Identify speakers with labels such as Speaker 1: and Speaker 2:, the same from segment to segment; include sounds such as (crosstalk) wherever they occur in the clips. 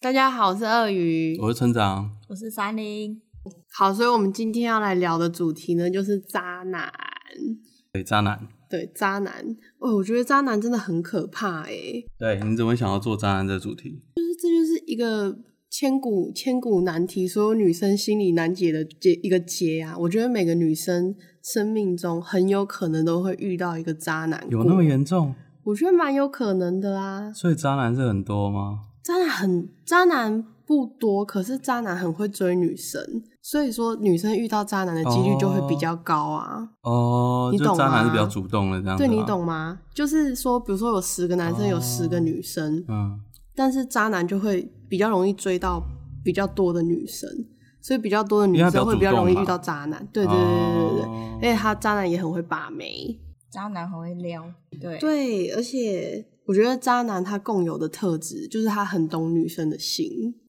Speaker 1: 大家好，我是鳄鱼，
Speaker 2: 我是村长，
Speaker 3: 我是三林。
Speaker 1: 好，所以我们今天要来聊的主题呢，就是渣男。
Speaker 2: 对渣男，
Speaker 1: 对，渣男，哦，我觉得渣男真的很可怕哎、
Speaker 2: 对，你怎么会想要做渣男这个主题？
Speaker 1: 就是这就是一个千古千古难题，所有女生心里难解的结一个结啊。我觉得每个女生生命中很有可能都会遇到一个渣男，
Speaker 2: 有那么？严重？
Speaker 1: 我觉得蛮有可能的啊。
Speaker 2: 所以渣男是很多吗？
Speaker 1: 渣男很渣男不多，可是渣男很会追女生，所以说女生遇到渣男的几率就会比较高啊。
Speaker 2: 哦，
Speaker 1: 你
Speaker 2: 就
Speaker 1: 懂
Speaker 2: 渣男是
Speaker 1: 吗
Speaker 2: 比较主动的这样子、啊
Speaker 1: 对你？懂吗？就是说，比如说有十个男生，有十
Speaker 2: 哦
Speaker 1: 个女生，
Speaker 2: 嗯，
Speaker 1: 但是渣男就会比较容易追到比较多的女生，所以比较多的女
Speaker 2: 因为他比较
Speaker 1: 生会比较
Speaker 2: 主动
Speaker 1: 容易
Speaker 2: 嘛
Speaker 1: 遇到渣男。对对对对对对，
Speaker 2: 哦
Speaker 1: 而且他渣男也很会把妹。
Speaker 3: 渣男很会撩，对，
Speaker 1: 对，而且我觉得渣男他共有的特质就是他很懂女生的心，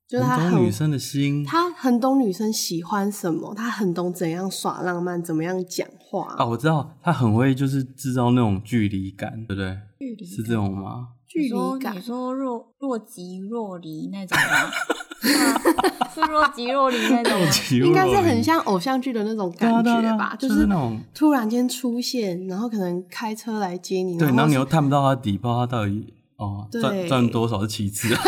Speaker 1: 就是他
Speaker 2: 很懂
Speaker 1: 很
Speaker 2: 女生的心。
Speaker 1: 他很懂女生喜欢什么，他很懂怎样耍浪漫，怎么样讲话。
Speaker 2: 啊，我知道他很会，就是制造那种距离感，对不对？
Speaker 3: 距离
Speaker 2: 是这种吗？ (laughs)
Speaker 1: 距
Speaker 3: 你说
Speaker 1: 离感
Speaker 3: 你说若若即若离那种吗？ (laughs) 啊是若即若离
Speaker 1: (laughs)
Speaker 3: 那种吗？
Speaker 1: 应
Speaker 2: 应
Speaker 1: 该是很像偶像剧的那种
Speaker 2: 啊
Speaker 1: 感觉吧，
Speaker 2: 就是那种
Speaker 1: 突然间出现，然后可能开车来接你，
Speaker 2: 对，然后你
Speaker 1: 是
Speaker 2: 又探不到他底包，他到底哦
Speaker 1: 对
Speaker 2: 赚赚多少是其次，啊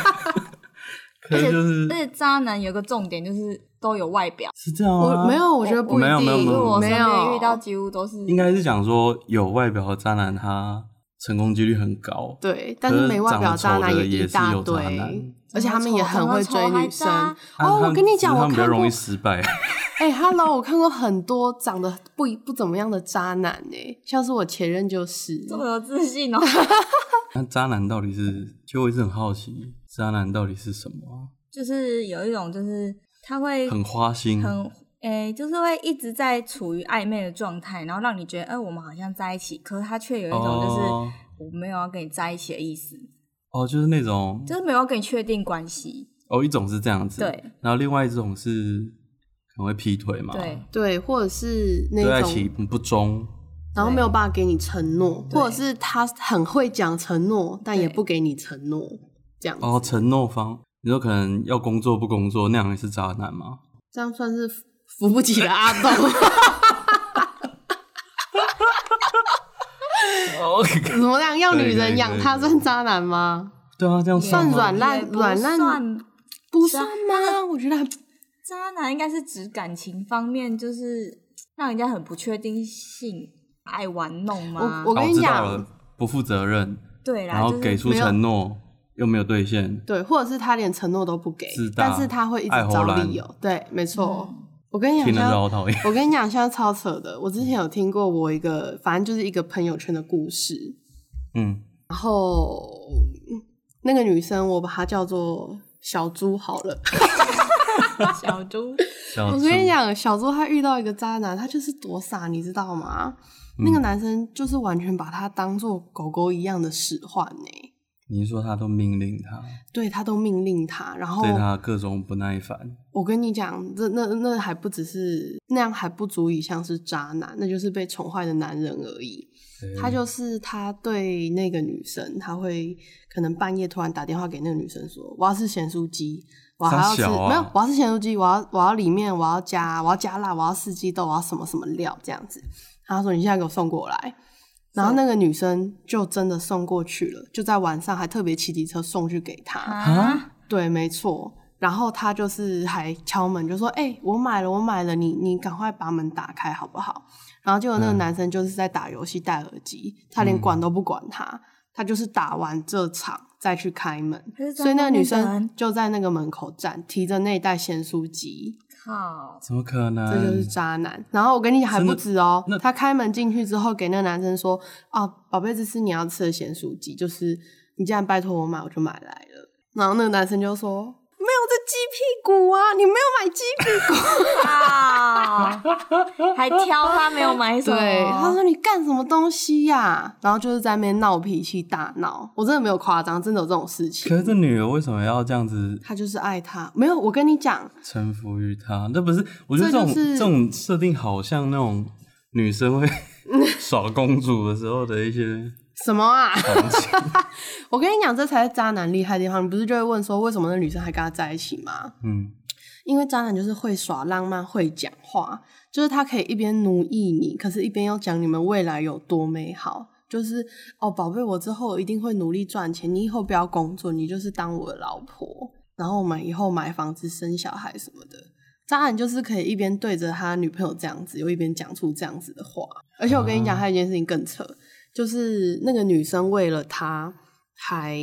Speaker 2: (laughs) 可
Speaker 3: 而且
Speaker 2: 能就是
Speaker 3: 而且渣男有个重点就是都有外表，
Speaker 2: 是这样啊，
Speaker 1: 我没
Speaker 3: 哦
Speaker 1: 有，我觉得不一定，
Speaker 2: 没有没有
Speaker 3: 因为我身
Speaker 1: 没有
Speaker 3: 边遇到几乎都是
Speaker 2: 应该是讲说有外表的渣男，他成功几率很高。
Speaker 1: 对，但是
Speaker 2: 可是
Speaker 1: 没外表渣男
Speaker 2: 长得丑的
Speaker 1: 一
Speaker 2: 也是
Speaker 1: 大
Speaker 2: 有渣
Speaker 1: 堆
Speaker 2: 男，
Speaker 1: 而且他们也很会追女生。
Speaker 3: 长得丑还渣
Speaker 1: 哦，
Speaker 2: 啊他
Speaker 1: 我
Speaker 2: 们
Speaker 1: 跟你
Speaker 2: 只是
Speaker 1: 讲，
Speaker 2: 他
Speaker 1: 我
Speaker 2: 们比较
Speaker 1: 看过
Speaker 2: 容易，失败。 (laughs)
Speaker 1: 哎，Hello，我看过很多长得不一不怎么样的渣男哎、像是我前任就是，
Speaker 3: 这么有自信哦。 (laughs)
Speaker 2: 那渣男到底是？其实我一直很好奇，渣男到底是什么
Speaker 3: 就是有一种就是他
Speaker 2: 啊？
Speaker 3: 会
Speaker 2: 很花心，
Speaker 3: 很诶、就是会一直在处于暧昧的状态，然后让你觉得，哎、我们好像在一起，可是他却有一种就是、
Speaker 2: 哦
Speaker 3: 我没有要跟你在一起的意思，
Speaker 2: 哦，就是那种
Speaker 3: 就是没有要跟你确定关系。
Speaker 2: 哦，一种是这样子，
Speaker 3: 对，
Speaker 2: 然后另外一种是可能会劈腿嘛，
Speaker 3: 对，
Speaker 1: 对，或者是那
Speaker 2: 对爱
Speaker 1: 种
Speaker 2: 情不忠，
Speaker 1: 然后没有办法给你承诺，
Speaker 3: 对
Speaker 1: 或者是他很会讲承诺，但也不给你承诺，这样子、
Speaker 2: 哦，承诺方，你说可能要工作不工作，那样也是渣男吗？
Speaker 1: 这样算是扶扶不起的阿斗。
Speaker 2: 哦，
Speaker 1: (clears throat) 怎么样？要女人
Speaker 2: 可
Speaker 1: 养
Speaker 2: 以可以
Speaker 1: 他
Speaker 2: 可以
Speaker 1: 算渣男吗？
Speaker 2: 对啊，这样
Speaker 1: 算
Speaker 2: 吗
Speaker 1: 软
Speaker 3: 也
Speaker 1: 烂，
Speaker 3: 不
Speaker 1: 软烂
Speaker 3: 算
Speaker 1: 不算吗？我觉得还
Speaker 3: 渣男应该是指感情方面，就是让人家很不确定性，爱玩弄吗？
Speaker 1: 我
Speaker 2: 哦
Speaker 1: 跟你
Speaker 2: 知道
Speaker 1: 讲
Speaker 2: 了不负责任，
Speaker 3: 对啦，
Speaker 2: 然后
Speaker 3: 就是
Speaker 2: 给出
Speaker 1: 没有
Speaker 2: 承诺又没有兑现，
Speaker 1: 对，或者是他连承诺都不给
Speaker 2: 自，大
Speaker 1: 但是他会一直
Speaker 2: 爱
Speaker 1: 找
Speaker 2: 胡乱
Speaker 1: 理由。对，没错。我跟你
Speaker 2: 听
Speaker 1: 讲，
Speaker 2: 了就
Speaker 1: 像
Speaker 2: 好讨厌。
Speaker 1: 我跟你讲，现在超扯的。我之前有听过我一个，反正就是一个朋友圈的故事。
Speaker 2: 嗯，
Speaker 1: 然后那个女生，我把她叫做小猪好了。
Speaker 3: 小
Speaker 1: (laughs)
Speaker 3: 猪，
Speaker 2: 我
Speaker 1: 我跟你，讲，小猪她遇到一个渣男，她就是多傻，你知道吗？
Speaker 2: 嗯
Speaker 1: 那个男生就是完全把她当做狗狗一样的使唤呢、
Speaker 2: 你是说他都命令他，
Speaker 1: 对他都命令她，然后
Speaker 2: 对他各种不耐烦，
Speaker 1: 我跟你讲，这那那还不只是那样，还不足以像是渣男，那就是被宠坏的男人而已。他
Speaker 2: 对
Speaker 1: 就是他对那个女生，他会可能半夜突然打电话给那个女生说：“我要吃咸酥鸡，我还要吃、
Speaker 2: 傻小啊
Speaker 1: 没有，我要吃咸酥鸡，我要我要里面我要加我要加辣，我要四季豆，我要什么什么料这样子。”他说：“你现在给我送过来。”然后那个女生就真的送过去了，就在晚上还特别骑机车送去给他。
Speaker 3: 啊，
Speaker 1: 对，没错。然后他就是还敲门，就说：“哎、我买了，我买了，你你赶快把门打开好不好？”然后结果那个
Speaker 2: 嗯
Speaker 1: 男生就是在打游戏戴耳机，他连管都不管他，他就是打完这场再去开门
Speaker 3: 他是，
Speaker 1: 所以那个女
Speaker 3: 专
Speaker 1: 生
Speaker 3: 门的人
Speaker 1: 就在那个门口站，提着那一袋咸酥鸡，
Speaker 3: 靠，
Speaker 2: 怎么可能？
Speaker 1: 这就是渣男。然后我跟你讲还
Speaker 2: 真
Speaker 1: 不
Speaker 2: 的
Speaker 1: 止哦
Speaker 2: 嗯那，
Speaker 1: 他开门进去之后给那个男生说：“啊，宝贝，这是你要吃的咸酥鸡，就是你既然拜托我买，我就买来了。”然后那个男生就说：“没有这鸡屁股啊，你没有买鸡
Speaker 2: (laughs)
Speaker 1: 屁
Speaker 3: 靠，还挑他没有买什
Speaker 1: 股。”
Speaker 3: 么，
Speaker 1: 对，
Speaker 2: 啊
Speaker 1: 他说：“你干什么东西呀、然后就是在那边闹脾气、大闹。我真的没有夸张，真的有这种事
Speaker 2: 可
Speaker 1: 情。
Speaker 2: 是这女的为什么要这样子
Speaker 1: 他就是爱他，没有。我跟你讲，
Speaker 2: 臣服于他？那不是，我觉得这种
Speaker 1: 这就是
Speaker 2: 这种
Speaker 1: (laughs)
Speaker 2: 设定好像那种女生会耍公主的时候的一些
Speaker 1: 什么啊？ (laughs)
Speaker 2: 同情
Speaker 1: 我跟你讲，这才是渣男厉害的地方。你不是就会问说，为什么那女生还跟他在一起吗？
Speaker 2: 嗯，
Speaker 1: 因为渣男就是会耍浪漫，会讲话，就是他可以一边奴役你，可是一边又讲你们未来有多美好。就是哦，宝贝，我之后一定会努力赚钱，你以后不要工作，你就是当我的老婆，然后我们以后买房子、生小孩什么的。渣男就是可以一边对着他女朋友这样子，又一边讲出这样子的话。而且我跟你讲，
Speaker 2: 啊
Speaker 1: 还有一件事情更扯，就是那个女生为了他还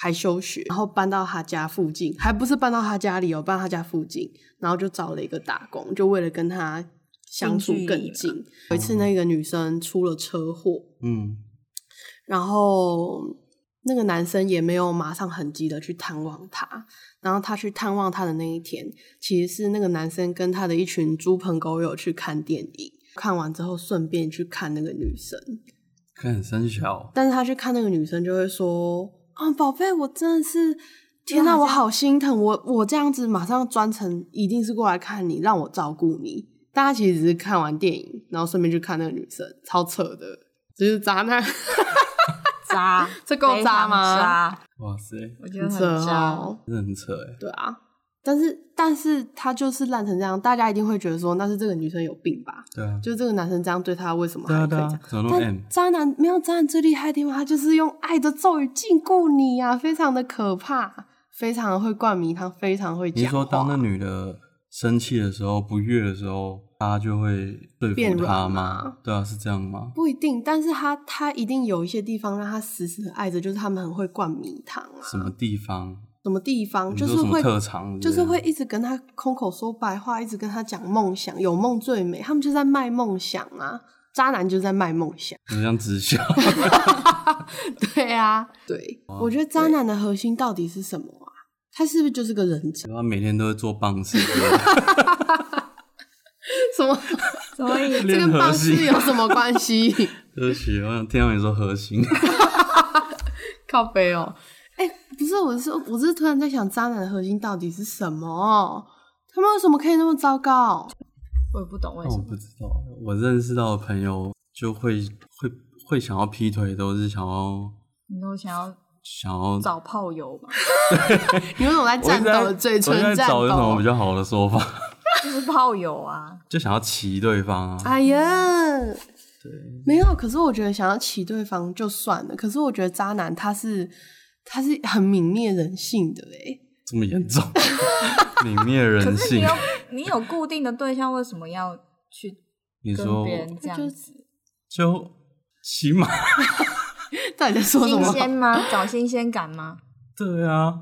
Speaker 1: 还休学，然后搬到他家附近，还不是搬到他家里哦，搬到他家附近，然后就找了一个打工，就为了跟他相处更
Speaker 3: 近距
Speaker 1: 近。有一次，那个女生出了车祸，
Speaker 2: 嗯，
Speaker 1: 然后那个男生也没有马上很急的去探望她。然后他去探望她的那一天，其实是那个男生跟他的一群猪朋狗友去看电影，看完之后顺便去看那个女生。
Speaker 2: 看很生小，
Speaker 1: 但是他去看那个女生，就会说：“啊，宝贝，我真的是，天
Speaker 3: 对啊
Speaker 1: 哪，
Speaker 3: 这样
Speaker 1: 我好心疼，我我这样子马上专程一定是过来看你，让我照顾你。”但他其实只是看完电影，然后顺便去看那个女生，超扯的，这是渣男，
Speaker 3: 渣，
Speaker 1: (laughs) 这够
Speaker 3: 非
Speaker 1: 渣
Speaker 3: 常
Speaker 1: 吗？
Speaker 3: 渣，
Speaker 2: 哇塞，
Speaker 3: 我觉得
Speaker 1: 扯
Speaker 3: 很渣。
Speaker 1: 哦，
Speaker 2: 真的很扯哎，
Speaker 1: 对啊。但是，但是他就是烂成这样，大家一定会觉得说，那是这个女生有病吧？
Speaker 2: 对啊，
Speaker 1: 就是这个男生这样对她，为什么
Speaker 2: 对
Speaker 1: 还
Speaker 2: 啊
Speaker 1: 可
Speaker 2: 对
Speaker 1: 以这样
Speaker 2: 啊？，怎么那么 M？
Speaker 1: 但渣男没有渣男最厉害的地方，他就是用爱的咒语禁锢你呀、非常的可怕，非常的会灌迷汤，非常会
Speaker 2: 你
Speaker 1: 讲
Speaker 2: 是说当那
Speaker 1: 话，
Speaker 2: 女的生气的时候、不悦的时候，她就会对
Speaker 1: 变
Speaker 2: 付
Speaker 1: 软
Speaker 2: 她
Speaker 1: 吗
Speaker 2: 吗？对啊，是这样吗？
Speaker 1: 不一定，但是他他一定有一些地方让他死死的爱着，就是他们很会灌迷汤啊，
Speaker 2: 什么地方？
Speaker 1: 什么地方
Speaker 2: 你
Speaker 1: 嗯就
Speaker 2: 说
Speaker 1: 是
Speaker 2: 什么
Speaker 1: 会
Speaker 2: 特长
Speaker 1: 就
Speaker 2: 之类的？
Speaker 1: 是会一直跟他空口说白话，一直跟他讲梦想，有梦最美，他们就在卖梦想啊，渣男就在卖梦想。
Speaker 2: 你像
Speaker 1: (laughs)
Speaker 2: 直销，
Speaker 1: 对啊，对，我觉得渣男的核心到底是什么啊？他是不是就是个人渣？
Speaker 2: 她每天都会做棒式之类的，
Speaker 1: (laughs) 什么？
Speaker 3: 所以
Speaker 1: 这
Speaker 2: 练
Speaker 1: 跟
Speaker 2: 核
Speaker 1: 棒
Speaker 2: 心
Speaker 1: 式有什么关系？
Speaker 2: 对不起，我想听到你说核
Speaker 1: (laughs)
Speaker 2: 心，
Speaker 1: (laughs) 靠背哦、哎、不是，我是我是突然在想，渣男的核心到底是什么？他们为什么可以那么糟糕？
Speaker 3: 我也不懂为
Speaker 2: 但
Speaker 3: 什
Speaker 2: 我
Speaker 3: 么。
Speaker 2: 不知道。我认识到的朋友就会会会想要劈腿，都是想要
Speaker 3: 你都想要
Speaker 2: 想要。
Speaker 3: 找炮友吧？
Speaker 1: 你为什么在
Speaker 2: 我一
Speaker 1: 战
Speaker 2: 直在
Speaker 1: 斗的嘴
Speaker 2: 我一
Speaker 1: 唇
Speaker 2: 直在
Speaker 1: 战
Speaker 2: 找有什么
Speaker 1: 斗
Speaker 2: 比？较好的说法，
Speaker 3: (laughs)
Speaker 2: (laughs)
Speaker 3: 就是炮友啊，
Speaker 2: 就想要骑对方啊。
Speaker 1: 哎呀，
Speaker 2: 对，
Speaker 1: 没有。可是我觉得想要起对方就算了，可是我觉得渣男他是他是很泯灭人性的哎、
Speaker 2: 这么严重，泯灭人
Speaker 3: 可是
Speaker 2: 性
Speaker 3: 你
Speaker 2: (laughs)
Speaker 3: 有。你有固定的对象，为什么要去
Speaker 2: 你
Speaker 3: 跟
Speaker 2: 说
Speaker 3: 别人这样子？
Speaker 2: 就起码 (laughs)
Speaker 1: 到底在说什
Speaker 3: 新
Speaker 1: 么？
Speaker 3: 鲜吗？找新鲜感吗？
Speaker 2: 对啊，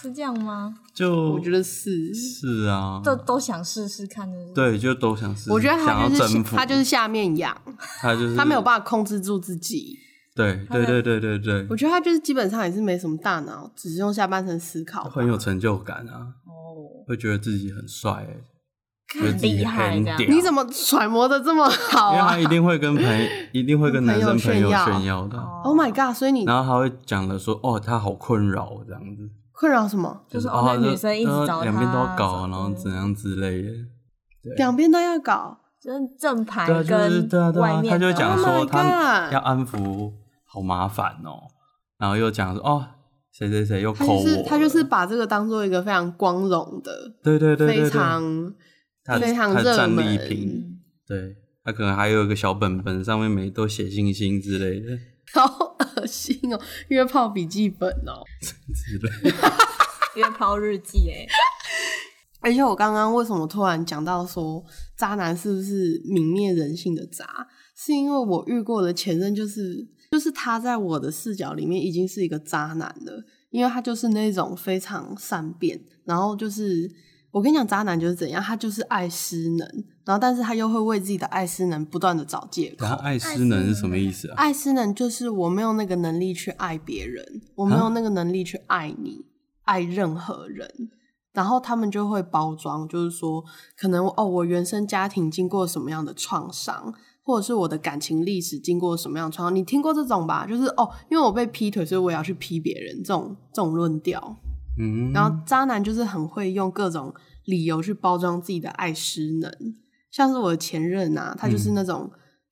Speaker 3: 是这样吗？
Speaker 2: 就
Speaker 1: 我觉得是，
Speaker 2: 是啊，
Speaker 3: 这都想试试看的。，
Speaker 2: 对，就都想试，
Speaker 1: 我觉得
Speaker 2: 想
Speaker 1: 他
Speaker 2: 要
Speaker 1: 就是下
Speaker 2: 征服，
Speaker 1: 他就是下面痒，
Speaker 2: 他就是
Speaker 1: 他没有办法控制住自己。
Speaker 2: 对
Speaker 3: 他的
Speaker 2: 对对对对对
Speaker 1: 我，觉得他就是基本上也是没什么大脑，只是用下半身思考吧。
Speaker 2: 很有成就感啊，
Speaker 3: 哦，
Speaker 2: 会觉得自己很帅欸，觉得
Speaker 3: 很
Speaker 2: 自己
Speaker 3: 厉害
Speaker 2: 很
Speaker 3: 这样
Speaker 2: 屌，
Speaker 1: 你怎么揣摩的这么好
Speaker 2: 因为
Speaker 1: 啊
Speaker 2: 他一定会跟朋友，一定会跟男生朋
Speaker 1: 跟朋
Speaker 2: 友
Speaker 1: 友炫耀
Speaker 2: 炫耀的啊，
Speaker 3: 哦
Speaker 1: ？Oh my god！所以你
Speaker 2: 然后他会讲的说，哦，他好困扰哦这样子，
Speaker 1: 困扰什么？
Speaker 3: 就是
Speaker 2: 哦
Speaker 3: 哦，那
Speaker 2: 就
Speaker 3: 女生一直
Speaker 2: 呃
Speaker 3: 找他，
Speaker 2: 两边都要搞，
Speaker 3: 找
Speaker 2: 然后怎样之类的。对
Speaker 1: 两边都要搞。
Speaker 3: 就是正牌
Speaker 2: 对啊，就是
Speaker 3: 跟
Speaker 2: 对啊，对
Speaker 3: 外
Speaker 2: 啊，
Speaker 3: 面
Speaker 2: 他就会
Speaker 3: 的
Speaker 2: 讲
Speaker 1: Oh
Speaker 2: 说
Speaker 1: my
Speaker 2: 他
Speaker 1: God
Speaker 2: 要安抚，好麻烦哦，然后又讲说哦，谁谁谁又
Speaker 1: 他
Speaker 2: 扣我
Speaker 1: 就
Speaker 2: 了，
Speaker 1: 是他就是把这个当做一个非常光荣的、
Speaker 2: 对对对对
Speaker 1: 非
Speaker 2: 对，
Speaker 1: 常 (laughs)
Speaker 2: 他
Speaker 1: 非常
Speaker 2: 他
Speaker 1: 热
Speaker 2: 战利
Speaker 1: 门
Speaker 2: 品，
Speaker 3: 嗯
Speaker 2: 对他可能还有一个小本本，上面每都写星星之类的
Speaker 1: 好恶心哦，约炮笔记本哦。
Speaker 2: 之类的，
Speaker 3: 约炮日记哎、
Speaker 1: 而且我刚刚为什么突然讲到说渣男是不是泯灭人性的渣，是因为我遇过的前任就是就是他在我的视角里面已经是一个渣男了，因为他就是那种非常善变，然后就是我跟你讲，渣男就是怎样，他就是爱失能，然后但是他又会为自己的爱失能不断的找借口
Speaker 2: 然。后爱失能是什么意思啊？
Speaker 1: 爱失能就是我没有那个能力去爱别人，我没有
Speaker 2: 啊
Speaker 1: 那个能力去爱你，爱任何人。然后他们就会包装，就是说，可能哦，我原生家庭经过什么样的创伤，或者是我的感情历史经过什么样的创伤，你听过这种吧？就是哦，因为我被劈腿，所以我也要去劈别人，这种这种论调。
Speaker 2: 嗯，
Speaker 1: 然后渣男就是很会用各种理由去包装自己的爱失能，像是我的前任啊，他就是那种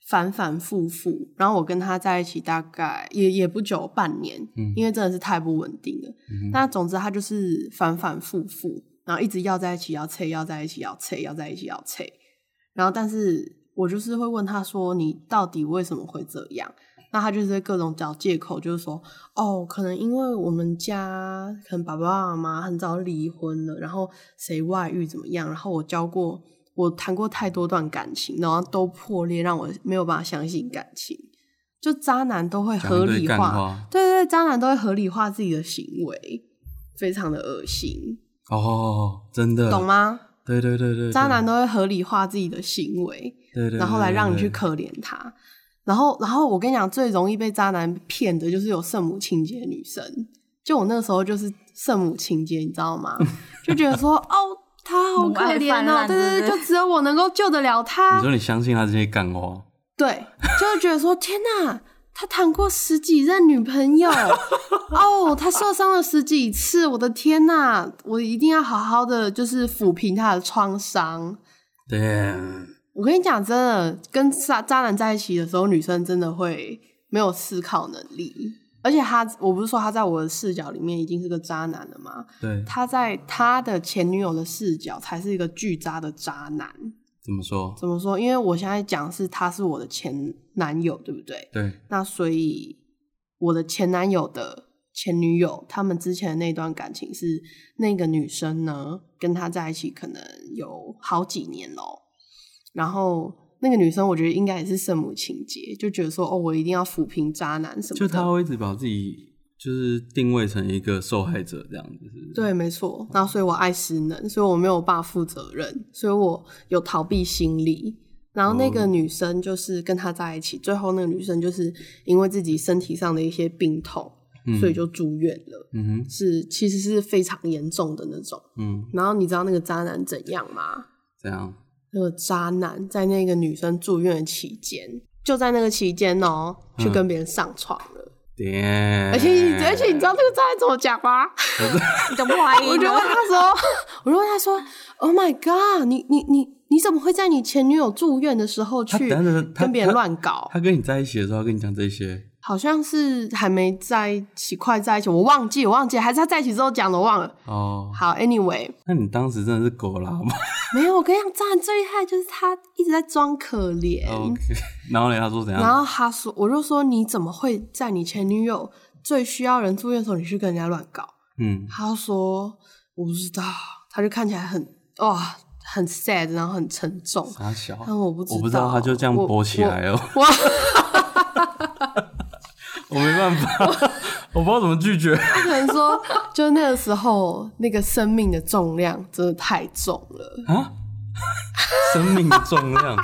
Speaker 1: 反反复复，然后我跟他在一起大概也也不久，半年，
Speaker 2: 嗯
Speaker 1: 因为真的是太不稳定了。
Speaker 2: 嗯哼
Speaker 1: 那总之他就是反反复复，然后一直要在一起，要拆，要在一起，要拆，要在一起，要拆。然后，但是我就是会问他说：“你到底为什么会这样？”那他就是会各种找借口，就是说：“哦，可能因为我们家可能爸爸妈妈很早离婚了，然后谁外遇怎么样，然后我交过我谈过太多段感情，然后都破裂，让我没有办法相信感情。”就渣男都会
Speaker 2: 讲
Speaker 1: 合
Speaker 2: 一堆
Speaker 1: 理
Speaker 2: 干
Speaker 1: 化，
Speaker 2: 话
Speaker 1: 对对，对渣男都会合理化自己的行为，非常的恶心，
Speaker 2: 哦，真的
Speaker 1: 懂？吗？
Speaker 2: 对对对对，嗯
Speaker 1: 渣男
Speaker 2: 的，
Speaker 1: 都会合理化自己的行为，
Speaker 2: 对对对，
Speaker 1: 然后来
Speaker 2: 对
Speaker 1: 让你去
Speaker 2: 对
Speaker 1: 可怜
Speaker 2: 嗯
Speaker 1: 他。然后，然后我跟你讲，最容易被渣男骗的就是有圣母情节的女生。就我那个时候就是圣母情节，你知道
Speaker 2: (laughs)
Speaker 1: 吗？就觉得说，哦，他好
Speaker 3: 母
Speaker 1: 可
Speaker 3: 爱
Speaker 1: 怜
Speaker 3: 泛
Speaker 1: 哦，
Speaker 3: 滥
Speaker 1: 对对
Speaker 3: 对
Speaker 1: 对，
Speaker 3: 不对
Speaker 1: 就只有我能够救得了他。
Speaker 2: 你说你相信他这些干话，
Speaker 1: 对，就会觉得说天哪，他谈过十几任女朋友，哦，他受伤了十几次，我的天哪，我一定要好好的就是抚平他的创伤。
Speaker 2: 对，
Speaker 1: 我跟你讲，真的跟渣渣男在一起的时候，女生真的会没有思考能力，而且他，我不是说他在我的视角里面已经是个渣男了吗？
Speaker 2: 对，
Speaker 1: 他在他的前女友的视角才是一个巨渣的渣男。
Speaker 2: 怎么说？
Speaker 1: 怎么说？因为我现在讲是他是我的前男友，对不对？
Speaker 2: 对，
Speaker 1: 那所以我的前男友的前女友，他们之前的那段感情是那个女生呢跟他在一起，可能有好几年咯。然后那个女生，我觉得应该也是圣母情节，就觉得说哦，我一定要抚平渣男什么
Speaker 2: 就
Speaker 1: 的。
Speaker 2: 他会一直把自己就是定位成一个受害者这样子，是不是
Speaker 1: 对，没错。那所以我爱失能，所以我没有办法负责任，所以我有逃避心理。然后那个
Speaker 2: 哦
Speaker 1: 女生就是跟他在一起，最后那个女生就是因为自己身体上的一些病痛，
Speaker 2: 嗯
Speaker 1: 所以就住院了，
Speaker 2: 嗯哼，
Speaker 1: 是其实是非常严重的那种。
Speaker 2: 嗯，
Speaker 1: 然后你知道那个渣男怎样吗？
Speaker 2: 这样，
Speaker 1: 那个渣男在那个女生住院的期间，就在那个期间哦、去
Speaker 2: 嗯哎
Speaker 1: 跟别人上床了。
Speaker 2: 点，
Speaker 1: 而且你而且你知道那个渣男怎么讲吗？
Speaker 3: 你怎么怀疑
Speaker 1: 我就
Speaker 3: 呢？
Speaker 1: 问他说， (laughs) 我就问他说，Oh my god，你你你你怎么会在你前女友住院的时候
Speaker 2: 他
Speaker 1: 去
Speaker 2: 等等他
Speaker 1: 跟别人
Speaker 2: 他
Speaker 1: 乱搞？
Speaker 2: 他跟你在一起的时候，他跟你讲这些，
Speaker 1: 好像是还没在一起，快在一起，我忘记，我忘记，还是他在一起之后讲的，我忘了。
Speaker 2: 哦，
Speaker 1: 好，anyway，
Speaker 2: 那你当时真的是狗拉吗
Speaker 1: 没有，我跟你讲，渣男最厉害就是他一直在装可怜。
Speaker 2: ？OK，然 (laughs) 后呢，他说怎
Speaker 1: 哦嗯然
Speaker 2: 样？
Speaker 1: 后他说，我就说你怎么会在你前女友最需要人住院的时候，你去跟人家乱搞？
Speaker 2: 嗯，
Speaker 1: 他就说我不知道，他就看起来很哇、很 sad，然后很沉 (laughs) 重。
Speaker 2: 傻小，
Speaker 1: 但啊我不知道，
Speaker 2: 我不知道，他就这样
Speaker 1: 我
Speaker 2: 勃起来。了，
Speaker 1: 我哇，
Speaker 2: (laughs) 我没办法，我不知道怎么拒绝。
Speaker 1: 他可能说，就那个时候，那个生命的重量真的太重了。
Speaker 2: 啊， (laughs) 生命的重量，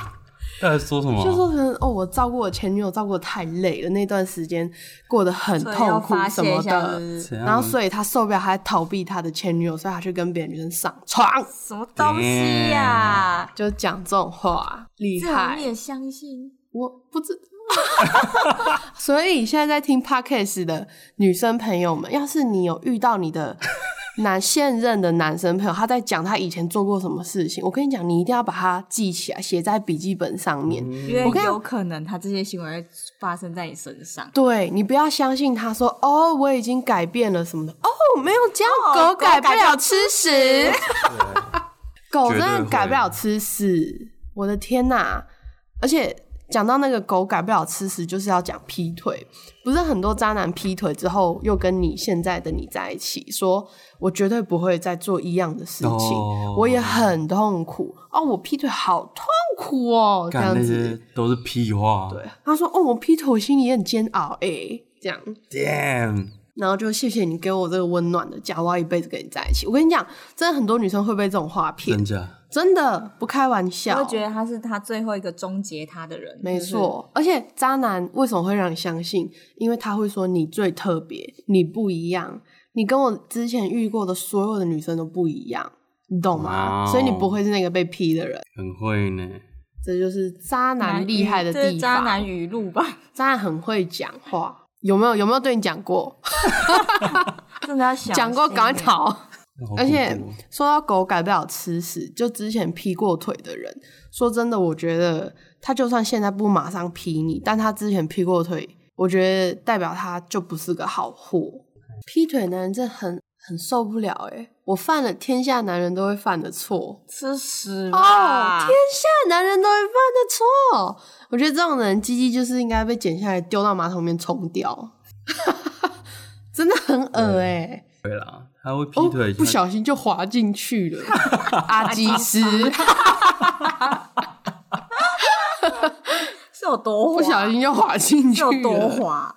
Speaker 2: 他在说什么？
Speaker 1: 就说可能哦，我照顾我前女友照顾的太累了，那段时间过得很
Speaker 3: 所以
Speaker 1: 痛
Speaker 3: 要
Speaker 1: 苦
Speaker 3: 发
Speaker 1: 什
Speaker 3: 泄
Speaker 1: 么
Speaker 3: 一下
Speaker 1: 的
Speaker 3: 是不，是
Speaker 2: 怎样
Speaker 1: 然后所以他受不了，他在逃避他的前女友，所以他去跟别的女生上床，
Speaker 3: 什么东西呀、
Speaker 1: 就讲这种话，厉
Speaker 3: 这种你
Speaker 1: 害。
Speaker 3: 也相信？
Speaker 1: 我不知道。 (laughs) 所以现在在听 podcast 的女生朋友们，要是你有遇到你的男现任的男生朋友，他在讲他以前做过什么事情，我跟你讲，你一定要把它记起来，写在笔记本上面。
Speaker 3: 因为
Speaker 1: 我跟你
Speaker 3: 有可能他这些行为会发生在你身上。
Speaker 1: 对你不要相信他说哦，我已经改变了什么的哦，没有教
Speaker 3: 哦
Speaker 1: 狗
Speaker 3: 狗
Speaker 1: 改不
Speaker 3: 改不
Speaker 1: 了吃屎，狗真
Speaker 2: 绝对
Speaker 1: 的
Speaker 2: 会
Speaker 1: 改不了吃屎，我的天呐！而且讲到那个狗改不了吃屎，就是要讲劈腿，不是很多渣男劈腿之后又跟你现在的你在一起，说我绝对不会再做一样的事情，
Speaker 2: 哦
Speaker 1: 我也很痛苦哦，我劈腿好痛苦哦，这
Speaker 2: 干
Speaker 1: 样
Speaker 2: 那
Speaker 1: 子。
Speaker 2: 些都是屁话。
Speaker 1: 对，他说：“哦，我劈腿心里很煎熬哎、这样。
Speaker 2: ，damn，
Speaker 1: 然后就谢谢你给我这个温暖的家，我要一辈子跟你在一起。我跟你讲，真的很多女生会被这种话骗
Speaker 2: 真，假？
Speaker 1: 真的不开玩
Speaker 3: 我
Speaker 1: 笑
Speaker 3: 会。觉得他是他最后一个终结他的人。
Speaker 1: 没
Speaker 3: 就是
Speaker 1: 错，而且渣男为什么会让你相信？因为他会说你最特别，你不一样，你跟我之前遇过的所有的女生都不一样，你懂吗
Speaker 2: 哇哦
Speaker 1: 所以你不会是那个被劈的人。
Speaker 2: 很会呢。
Speaker 1: 这就是渣男
Speaker 3: 语
Speaker 1: 厉害的地
Speaker 3: 这
Speaker 1: 方。
Speaker 3: 是渣男语录吧？
Speaker 1: 渣男很会讲话，有没有？有没有对你讲过？
Speaker 3: (laughs) 真的要想欸
Speaker 1: 讲过赶快逃。
Speaker 2: 好
Speaker 1: 而且
Speaker 2: 恐怖哦
Speaker 1: (laughs) 说到狗改不了吃屎，就之前劈过腿的人，说真的，我觉得他就算现在不马上劈你，但他之前劈过腿，我觉得代表他就不是个好货。劈腿男人真的很很受不了哎、我犯了天下男人都会犯的错
Speaker 3: 吃屎
Speaker 1: 哦，
Speaker 3: 吧！
Speaker 1: 天下男人都会犯的错。我觉得这种人鸡鸡就是应该被剪下来丢到马桶里面冲掉， (laughs) 真的很恶哎、
Speaker 2: 对啦，他会劈
Speaker 1: 哦
Speaker 2: 腿，，
Speaker 1: 不小心就滑进去
Speaker 3: (laughs)
Speaker 1: 了，阿基斯，
Speaker 3: 是有多滑？
Speaker 1: 不小心就滑进去
Speaker 3: 是有多
Speaker 1: 了。
Speaker 3: 滑？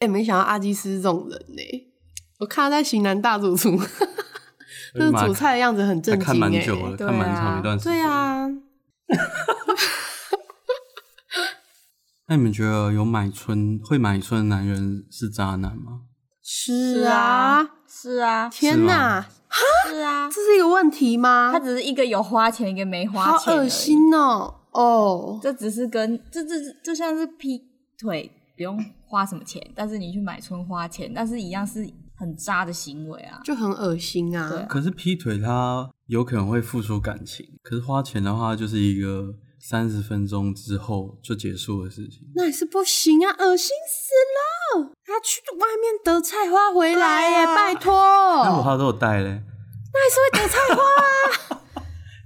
Speaker 1: 哎、没想到阿基斯这种人呢、我看他在《型男大主厨》
Speaker 2: (laughs) 哎
Speaker 1: 那
Speaker 2: 妈
Speaker 1: 个煮菜的样子很
Speaker 2: 他
Speaker 1: 震
Speaker 2: 看
Speaker 1: 惊
Speaker 2: 蛮
Speaker 1: 哎、
Speaker 2: 久了，
Speaker 3: 对
Speaker 2: 看蛮
Speaker 3: 啊
Speaker 2: 长一段时间。
Speaker 1: 对，啊，
Speaker 2: 那你们觉得有买春会买春的男人是渣男吗？
Speaker 1: 是
Speaker 3: 是
Speaker 1: 啊
Speaker 3: 啊，是啊，
Speaker 1: 天哪
Speaker 2: 吗，
Speaker 3: 是啊，
Speaker 1: 这是一个问题吗
Speaker 3: 他？只是一个有花钱，一个没花
Speaker 1: 好
Speaker 3: 钱，
Speaker 1: 恶。心哦、哦，
Speaker 3: 这只是跟这这这就像是劈腿，不用花什么钱，但是你去买春花钱，但是一样是很渣的行为啊。
Speaker 1: 就很恶心
Speaker 3: 对
Speaker 1: 啊
Speaker 3: 啊。
Speaker 2: 可是劈腿他有可能会付出感情，可是花钱的话就是一个三十分钟之后就结束的事情。
Speaker 1: 那也是不行啊，恶心死了！他去外面得菜花回来耶，
Speaker 3: 对啊
Speaker 1: 拜托。
Speaker 2: 那我他都有带嘞，
Speaker 1: 哦那还是会得菜花啊。
Speaker 2: (laughs)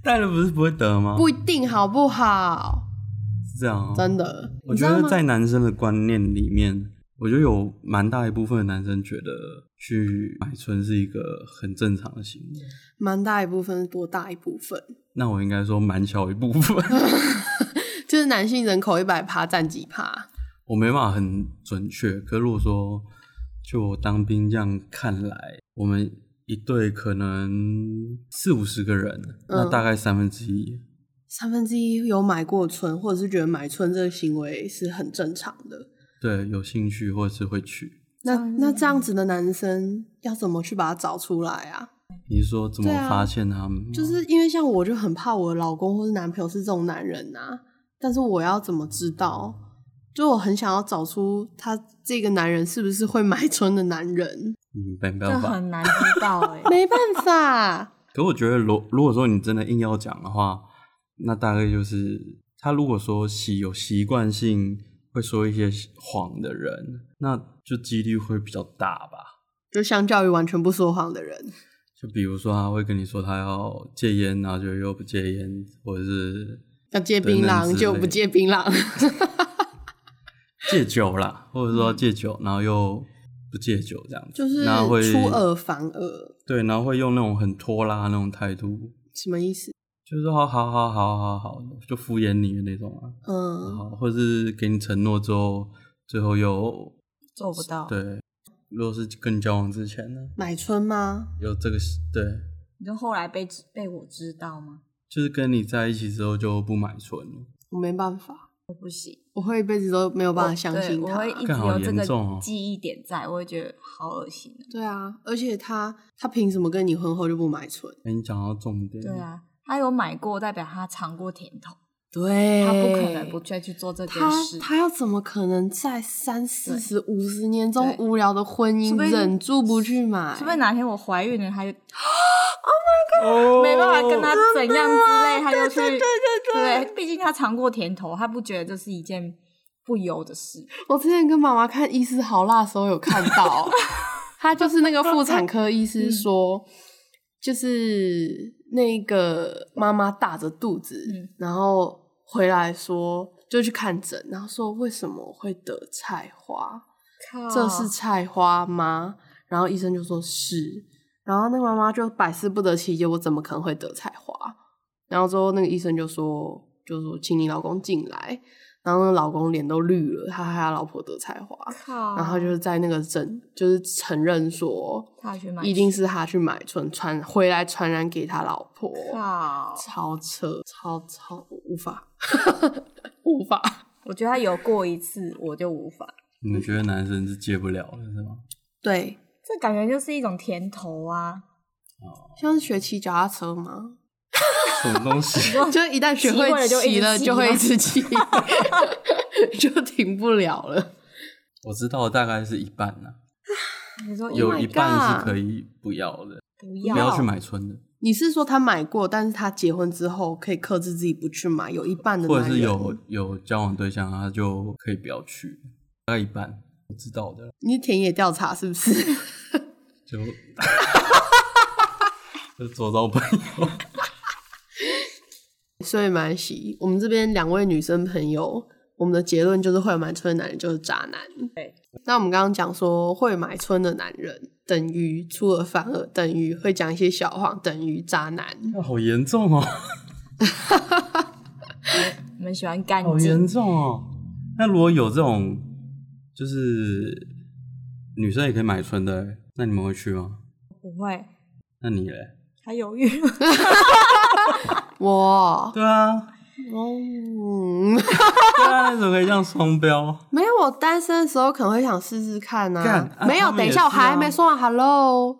Speaker 2: 带了不是不会得吗？
Speaker 1: 不一定好不好？
Speaker 2: 是这样哦、
Speaker 1: 真的，
Speaker 2: 我
Speaker 1: 你知
Speaker 2: 觉
Speaker 1: 道
Speaker 2: 得
Speaker 1: 吗？
Speaker 2: 在男生的观念里面，我觉得有蛮大一部分的男生觉得去买春是一个很正常的行为。
Speaker 1: 蛮大一部分是多大一部分？ (laughs)
Speaker 2: 那我应该说蛮小一部分， (laughs)
Speaker 1: 就是男性人口一百趴占几趴？
Speaker 2: 我没办法很准确。可如果说就我当兵这样看来，我们一队可能四五十个人，
Speaker 1: 嗯
Speaker 2: 那大概三分之一。
Speaker 1: 三分之一有买过春，或者是觉得买春这个行为是很正常的。
Speaker 2: 对，有兴趣或是会去。
Speaker 1: 那
Speaker 3: 这样子
Speaker 1: 那这样子的男生要怎么去把他找出来啊？
Speaker 2: 你是说怎么
Speaker 1: 对啊
Speaker 2: 发现他们吗？
Speaker 1: 就是因为像我就很怕我的老公或是男朋友是这种男人啊，但是我要怎么知道？就我很想要找出他这个男人是不是会买春的男人，
Speaker 2: 嗯，没
Speaker 3: 这
Speaker 2: 办法。
Speaker 3: 很难知
Speaker 1: (laughs)
Speaker 3: 道哎、
Speaker 1: 没办法。
Speaker 2: 可我觉得，如如果说你真的硬要讲的话，那大概就是他如果说习有习惯性会说一些谎的人，那就几率会比较大吧。
Speaker 1: 就相较于完全不说谎的人，
Speaker 2: 就比如说，他会跟你说他要戒烟，然后就又不戒烟，或者是
Speaker 1: 要戒槟
Speaker 2: 等等之
Speaker 1: 榔
Speaker 2: 类
Speaker 1: 就不戒槟榔，
Speaker 2: 戒酒啦，或者说戒酒，然后又不戒酒这样子，
Speaker 1: 就是
Speaker 2: 然后会
Speaker 1: 出尔反尔，
Speaker 2: 对，然后会用那种很拖拉的那种态度，
Speaker 1: 什么意思？
Speaker 2: 就是说好好好好好好，就敷衍你的那种啊。
Speaker 1: 嗯，
Speaker 2: 好，或是给你承诺之后，最后又
Speaker 3: 做不到，
Speaker 2: 对，如果是跟你交往之前呢，
Speaker 1: 买春吗？
Speaker 2: 有这个对，
Speaker 3: 你就后来被知被我知道吗？
Speaker 2: 就是跟你在一起之后就不买春了，
Speaker 1: 我没办法，
Speaker 3: 我不行，
Speaker 1: 我会一辈子都没有
Speaker 3: 我
Speaker 1: 办法相信
Speaker 3: 对我
Speaker 1: 他
Speaker 3: 会。一直
Speaker 2: 干好
Speaker 3: 有这
Speaker 2: 严重哦
Speaker 3: 个记忆点在，我会觉得好恶心哦、
Speaker 1: 对啊，而且他他凭什么跟你婚后就不买春？
Speaker 2: 哎、你讲到重
Speaker 1: 嗯
Speaker 2: 点，
Speaker 3: 对，啊，他有买过，代表他尝过甜头，
Speaker 1: 对
Speaker 3: 他不可能不再去做这件
Speaker 1: 哎他
Speaker 3: 事。
Speaker 1: 他要怎么可能在三四
Speaker 3: 对
Speaker 1: 十五十年中
Speaker 3: 对
Speaker 1: 无聊的婚
Speaker 3: 除
Speaker 1: 姻
Speaker 3: 非
Speaker 1: 忍住不去买？
Speaker 3: 除非哪天我怀孕了，他就
Speaker 2: 哦
Speaker 3: 没办法跟他怎样之类，他就去
Speaker 1: 对对对对
Speaker 3: 对，毕竟他尝过甜头，他不觉得这是一件不优的事。
Speaker 1: 我之前跟妈妈看《医师好辣》的时候有看到，她就是那个妇产科医师说，就是那个妈妈大着肚子，
Speaker 3: 嗯
Speaker 1: 然后回来说就去看诊，然后说为什么会得菜花？
Speaker 3: 靠
Speaker 1: 这是菜花吗？然后医生就说是，然后那个妈妈就百思不得其解，我怎么可能会得菜花？然后之后那个医生就说，就说请你老公进来，然后那个老公脸都绿了，他害他老婆得菜花，
Speaker 3: 靠，
Speaker 1: 然后就是在那个诊就是承认说，
Speaker 3: 他去买
Speaker 1: 一定是他去买春传回来传染给他老婆，
Speaker 3: 靠，
Speaker 1: 超扯，超超无法， (laughs) 无法，
Speaker 3: 我觉得他有过一次，我就无法。
Speaker 2: 你们觉得男生是戒不了的是吗？ (laughs)
Speaker 1: 对，
Speaker 3: 这感觉就是一种甜头啊！
Speaker 1: 像是学骑脚踏车吗？
Speaker 2: 什么东西？ (laughs)
Speaker 1: 就一旦学会骑了，就会一直骑， (laughs) 就停不了了。
Speaker 2: 我知道大概是一半啦、啊
Speaker 3: 你说
Speaker 2: 有
Speaker 1: my
Speaker 2: 一
Speaker 3: ，Oh
Speaker 1: god
Speaker 2: 半是可以不要的，
Speaker 3: 不
Speaker 1: 要
Speaker 2: 不要去买春的，
Speaker 1: 你是说他买过，但是他结婚之后可以克制自己不去买，有一半的
Speaker 2: 或者
Speaker 1: 男
Speaker 2: 是
Speaker 1: 人
Speaker 2: 有有交往对象，他就可以不要去，大概一半，我知道的，
Speaker 1: 你田野调查是不 (laughs) 是？
Speaker 2: 就 (laughs) 就周遭朋友，
Speaker 1: 所以蛮喜，我们这边两位女生朋友，我们的结论就是会买春的男人就是渣男。
Speaker 3: 对，
Speaker 1: 那我们刚刚讲说会买春的男人等于出尔反尔，等于会讲一些小谎，等于渣男。
Speaker 2: 那好严
Speaker 1: (laughs)
Speaker 2: 重哦，
Speaker 3: 你们喜欢干
Speaker 2: 好严
Speaker 3: 净，
Speaker 2: 重哦。那如果有这种，就是女生也可以买春的欸，那你们会去吗？
Speaker 3: 不会，
Speaker 2: 那你嘞？
Speaker 3: 他犹豫了，
Speaker 1: 哇，
Speaker 2: 对啊，
Speaker 1: 嗯，
Speaker 2: 对啊，你怎么可以这样双标？
Speaker 1: 没有，我单身的时候可能会想试试看呐、
Speaker 2: 干啊
Speaker 1: 没有，
Speaker 2: 他们
Speaker 1: 等一
Speaker 2: 也
Speaker 1: 下，我
Speaker 2: 是啊
Speaker 1: 还没说完，hello。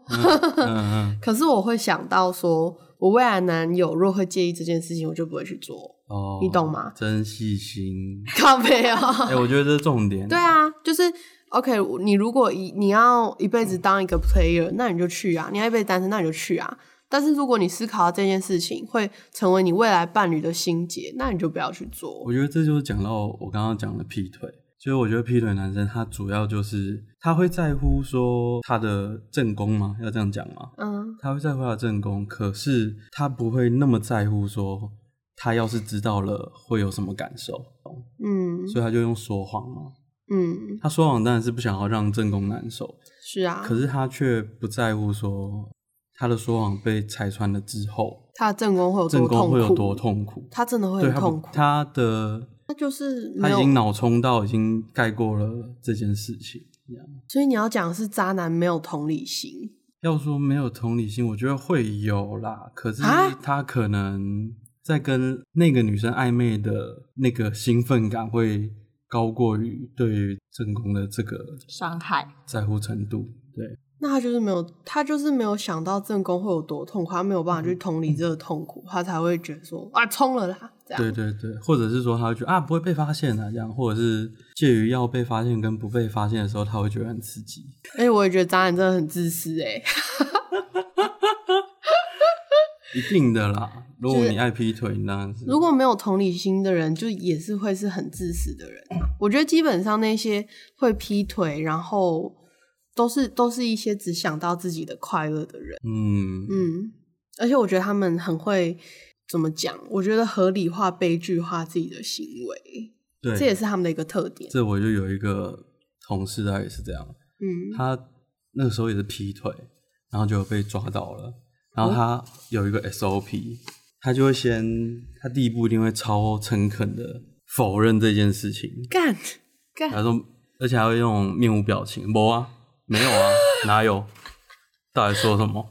Speaker 2: 嗯嗯
Speaker 1: 可是我会想到说，我未来男友若会介意这件事情，我就不会去做，
Speaker 2: 哦，
Speaker 1: 你懂吗 (laughs)
Speaker 2: 真细心，
Speaker 1: 靠背哦。
Speaker 2: (laughs) 哎、我觉得这是重点。
Speaker 1: 对，啊，就是 OK，你如果一你要一辈子当一个 player，那你就去啊；你要一辈子单身，那你就去啊。但是如果你思考到这件事情会成为你未来伴侣的心结，那你就不要去做
Speaker 2: 我。觉得这就是讲到我刚刚讲的劈腿，所以我觉得劈腿男生他主要就是他会在乎说他的正宫吗？要这样讲吗？
Speaker 1: 嗯，
Speaker 2: 他会在乎他的正宫，可是他不会那么在乎说他要是知道了会有什么感受，
Speaker 1: 嗯
Speaker 2: 所以他就用说谎嘛。
Speaker 1: 嗯，
Speaker 2: 他说谎当然是不想要让正宫难受，
Speaker 1: 是啊。
Speaker 2: 可是他却不在乎说他的说谎被拆穿了之后，
Speaker 1: 他的正宫会有多
Speaker 2: 正
Speaker 1: 痛
Speaker 2: 宫
Speaker 1: 苦？
Speaker 2: 会有多痛苦？
Speaker 1: 他真的会
Speaker 2: 对
Speaker 1: 很
Speaker 2: 他
Speaker 1: 痛
Speaker 2: 不
Speaker 1: 苦。
Speaker 2: 他的
Speaker 1: 他就是没
Speaker 2: 他已
Speaker 1: 有
Speaker 2: 经脑冲到已经盖过了这件事情。这样
Speaker 1: 所以你要讲的是渣男没有同理心，
Speaker 2: 要说没有同理心，我觉得会有啦。可是
Speaker 1: 啊
Speaker 2: 他可能在跟那个女生暧昧的那个兴奋感会高过于对于正宫的这个
Speaker 3: (laughs) 伤害。
Speaker 2: 在乎程度。对，
Speaker 1: 那他就是没有，他就是没有想到正宫会有多痛苦，他没有办法去
Speaker 2: 嗯
Speaker 1: 同理这个痛苦，他才会觉得说啊，冲了啦，这样。
Speaker 2: 对对对，或者是说他会觉得啊不会被发现啊这样，或者是介于要被发现跟不被发现的时候，他会觉得很刺激。
Speaker 1: 而哎且我也觉得渣男真的很自私哎、
Speaker 2: 嗯一定的啦，如果
Speaker 1: 就是
Speaker 2: 你爱劈腿，那然是
Speaker 1: 如果没有同理心的人，就也是会是很自私的人啊。我觉得基本上那些会劈腿，然后都是都是一些只想到自己的快乐的人。
Speaker 2: 嗯
Speaker 1: 嗯，而且我觉得他们很会怎么讲？我觉得合理化、悲剧化自己的行为，
Speaker 2: 对，
Speaker 1: 这也是他们的一个特点。
Speaker 2: 这我就有一个同事，他也是这样，
Speaker 1: 嗯，
Speaker 2: 他那个时候也是劈腿，然后就被抓到了，然后他有一个 SOP，他就会先，他第一步一定会超诚恳的否认这件事情，
Speaker 1: 干干
Speaker 2: 他说，而且还会用面无表情，没啊，没有啊，哪有？到底说什么？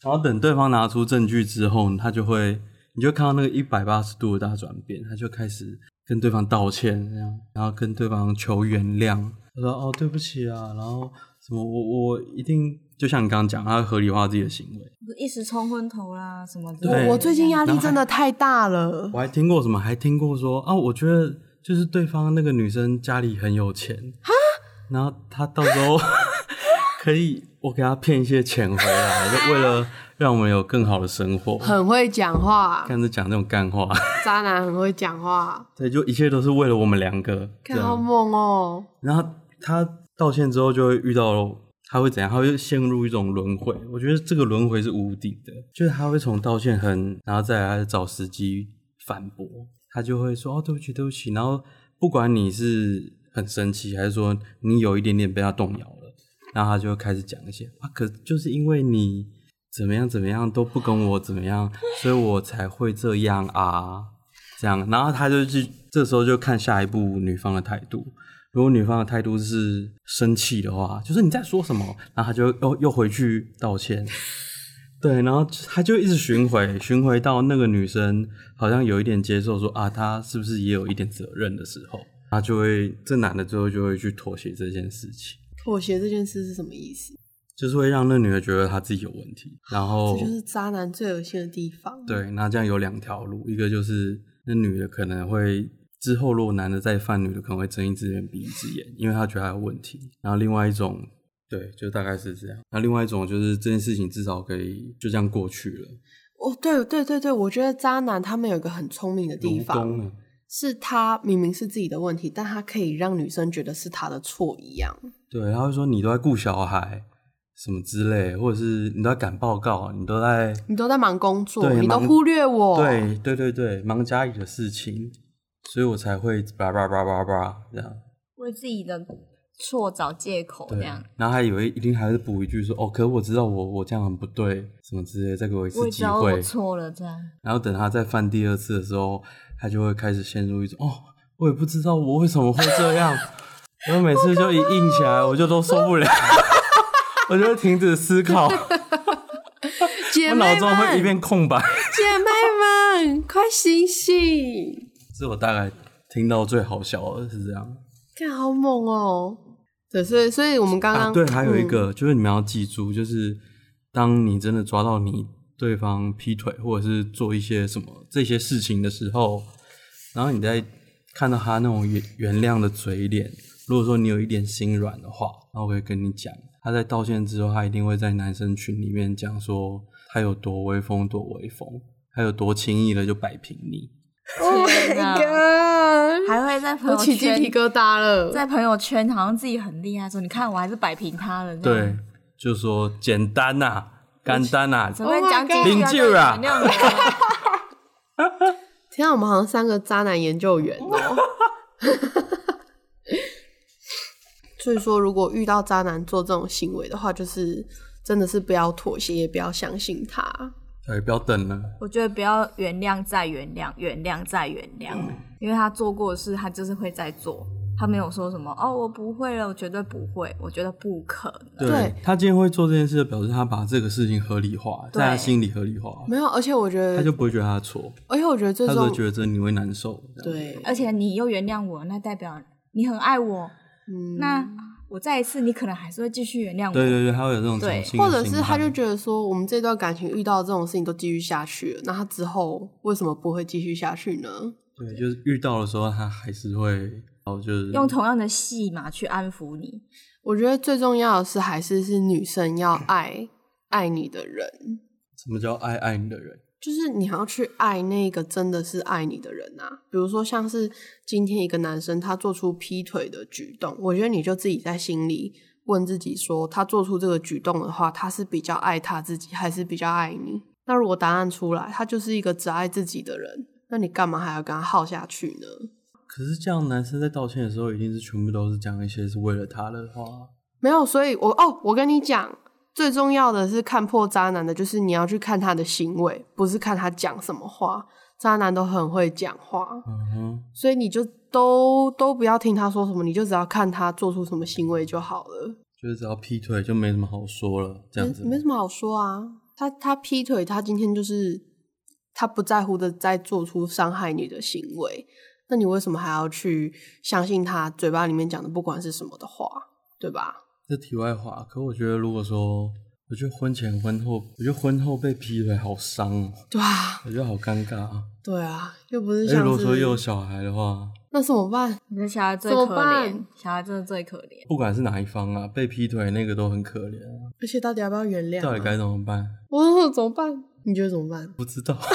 Speaker 2: 然后等对方拿出证据之后，他就会，你就看到那个一百八十度的大转变，他就开始跟对方道歉，这样，然后跟对方求原谅。他说：“哦，对不起啊，然后什么，我我一定就像你刚刚讲，他会合理化自己的行为。
Speaker 3: 一时冲昏头啦，什么之类的。
Speaker 2: 对
Speaker 1: 我我最近压
Speaker 2: 然
Speaker 1: 力
Speaker 2: 后还
Speaker 1: 真的太大了
Speaker 2: 我。还听过什么？还听过说啊，我觉得就是对方那个女生家里很有钱，然后她到时候可以我给她骗一些钱回来，就为了让我们有更好的生活。
Speaker 1: 很会讲话，
Speaker 2: 看着讲这种干话，
Speaker 1: 渣男很会讲话，
Speaker 2: 对，就一切都是为了我们两个这
Speaker 1: 看好
Speaker 2: 样。
Speaker 1: 猛哦、
Speaker 2: 然后她道歉之后就会遇到。她会怎样？她会陷入一种轮回。我觉得这个轮回是无底的，就是她会从道歉很，然后再来她找时机反驳，他就会说哦，对不起，对不起。然后不管你是很生气，还是说你有一点点被他动摇了，然后他就会开始讲一些啊，可就是因为你怎么样怎么样都不跟我怎么样，所以我才会这样啊，这样。然后他就去，这时候就看下一步女方的态度。如果女方的态度是生气的话，就是你在说什么，然后他就又又回去
Speaker 1: (laughs)
Speaker 2: 道歉。对，然后他就一直巡回，巡回到那个女生好像有一点接受说啊，她是不是也有一点责任的时候，他就会这男的最后就会去妥协这件事情，
Speaker 1: 妥协这件事是什么意思？
Speaker 2: 就是会让那女的觉得她自己有问题，然后
Speaker 1: 这就是渣男最恶心的地方。，
Speaker 2: 哦对，那这样有两条路，一个就是那女的可能会之后如果男的再犯，女的可能会睁一只眼闭一只眼，因为她觉得她有问题，然后另外一种对，就大概是这样。那另外一种就是这件事情至少可以就这样过去了，
Speaker 1: 哦，对对对对，我觉得渣男他们有一个很聪明的地
Speaker 2: 如
Speaker 1: 方
Speaker 2: 公，啊，
Speaker 1: 是他明明是自己的问题，但他可以让女生觉得是他的错一样。
Speaker 2: 对，他会说你都在顾小孩什么之类，或者是你都在赶报告，你都在
Speaker 1: 你都在忙工作，
Speaker 2: 对
Speaker 1: 你都
Speaker 2: 忙
Speaker 1: 忽略我。
Speaker 2: 对对对对，忙家里的事情，所以我才会叭叭叭叭叭这样。
Speaker 3: 为自己的错找借口这
Speaker 2: 对啊
Speaker 3: 样。，
Speaker 2: 然后还以为一定还是补一句说哦，可我知道我我这样很不对，什么之类的，再给我一
Speaker 3: 我
Speaker 2: 次
Speaker 3: 也
Speaker 2: 机
Speaker 3: 知道我
Speaker 2: 会。
Speaker 3: 错了，这样
Speaker 2: 然后等他再犯第二次的时候，他就会开始陷入一种哦，我也不知道我为什么会这样， (laughs) 然后每次就一硬起来，我就都受不了， (laughs) 我就会停止思
Speaker 3: (laughs)
Speaker 2: 考，我
Speaker 1: 姐妹
Speaker 2: 脑
Speaker 1: 们，
Speaker 2: 中会一片空白。
Speaker 1: (laughs) 姐妹们，快醒醒！
Speaker 2: 这我大概听到最好笑的是这样。
Speaker 1: 看好猛哦、对，所以所以我们刚刚、
Speaker 2: 啊，对，还有一
Speaker 1: 嗯
Speaker 2: 个、就是你们要记住，就是当你真的抓到你对方劈腿或者是做一些什么这些事情的时候，然后你再看到他那种原原谅的嘴脸，如果说你有一点心软的话，那我会跟你讲，他在道歉之后，他一定会在男生群里面讲说他有多威风，多威风，他有多轻易的就摆平你。
Speaker 1: Oh (laughs)
Speaker 3: 天哪
Speaker 1: my god！
Speaker 3: 还会在朋
Speaker 1: 我
Speaker 3: 友
Speaker 1: 起鸡
Speaker 3: 圈
Speaker 1: 皮疙瘩了。
Speaker 3: 在朋友圈好像自己很厉害，说你看我还是摆平他了。这样
Speaker 2: 对，，
Speaker 1: 嗯
Speaker 2: 就说简单呐、简单呐、
Speaker 3: 只会讲几
Speaker 1: Oh my
Speaker 3: 句
Speaker 2: god 邻居啊
Speaker 3: 那种。
Speaker 1: 天啊，我们好像三个渣男研究员哦、 (laughs) 所以说，如果遇到渣男做这种行为的话，就是真的是不要妥协，也不要相信他。
Speaker 2: 对，哎不要等了。
Speaker 3: (laughs) 我觉得不要原谅再原谅，原谅再原谅，
Speaker 2: 嗯
Speaker 3: 因为他做过的事，他就是会再做。他没有说什么哦，我不会了，我绝对不会，我觉得不可
Speaker 1: 对
Speaker 3: 能。
Speaker 2: 对他今天会做这件事，表示他把这个事情合理化，
Speaker 3: 对
Speaker 2: 在他心里合理化，
Speaker 1: 没有，而且我觉
Speaker 2: 他
Speaker 1: 得
Speaker 2: 就，不会觉得他的错，
Speaker 1: 而且我觉得最
Speaker 2: 他只会
Speaker 1: 重
Speaker 2: 觉得这你会难受。这样，
Speaker 1: 对，
Speaker 3: 而且你又原谅我，那代表你很爱我。
Speaker 1: 嗯
Speaker 3: 那我再一次，你可能还是会继续原谅我。
Speaker 2: 对对对，他会有这种
Speaker 3: 对
Speaker 2: 侥幸
Speaker 1: 或者
Speaker 2: 的心
Speaker 1: 是
Speaker 2: 态
Speaker 1: 他就觉得说，我们这段感情遇到这种事情都继续下去了，那他之后为什么不会继续下去呢？
Speaker 2: 对，就是遇到的时候，他还是会，然后就是
Speaker 3: 用同样的戏码去安抚你。
Speaker 1: 我觉得最重要的是，还是是女生要爱爱你的人，
Speaker 2: 什么叫爱爱你的人，
Speaker 1: 就是你要去爱那个真的是爱你的人啊。比如说，像是今天一个男生他做出劈腿的举动，我觉得你就自己在心里问自己说，他做出这个举动的话，他是比较爱他自己，还是比较爱你？那如果答案出来，他就是一个只爱自己的人，那你干嘛还要跟他耗下去呢？
Speaker 2: 可是这样男生在道歉的时候，一定是全部都是讲一些是为了他的话。
Speaker 1: 没有，所以我哦，我跟你讲，最重要的是看破渣男的，就是你要去看他的行为，不是看他讲什么话。渣男都很会讲话，
Speaker 2: 嗯哼，
Speaker 1: 所以你就都都不要听他说什么，你就只要看他做出什么行为就好了。
Speaker 2: 就是只要劈腿就没什么好说了，这样子
Speaker 1: 没没什么好说啊。他他劈腿，他今天就是他不在乎的在做出伤害你的行为，那你为什么还要去相信他嘴巴里面讲的不管是什么的话，对吧？
Speaker 2: 这题外话，可我觉得如果说，我觉得婚前婚后，我觉得婚后被劈腿好伤哦，
Speaker 1: 对啊，
Speaker 2: 我觉得好尴尬啊。
Speaker 1: 对啊，又不是
Speaker 2: 哎，
Speaker 1: 像
Speaker 2: 如果
Speaker 1: 是
Speaker 2: 说又有小孩的话，
Speaker 1: 那怎么办？
Speaker 3: 你的小孩最
Speaker 1: 怎么
Speaker 3: 可
Speaker 1: 办
Speaker 3: 怜，小孩真的最可怜。
Speaker 2: 不管是哪一方啊，被劈腿那个都很可怜啊，
Speaker 1: 而且到底要不要原谅、啊？
Speaker 2: 到底该怎么办？
Speaker 1: 哦，怎么办？你觉得怎么办？
Speaker 2: 不知道。 (laughs)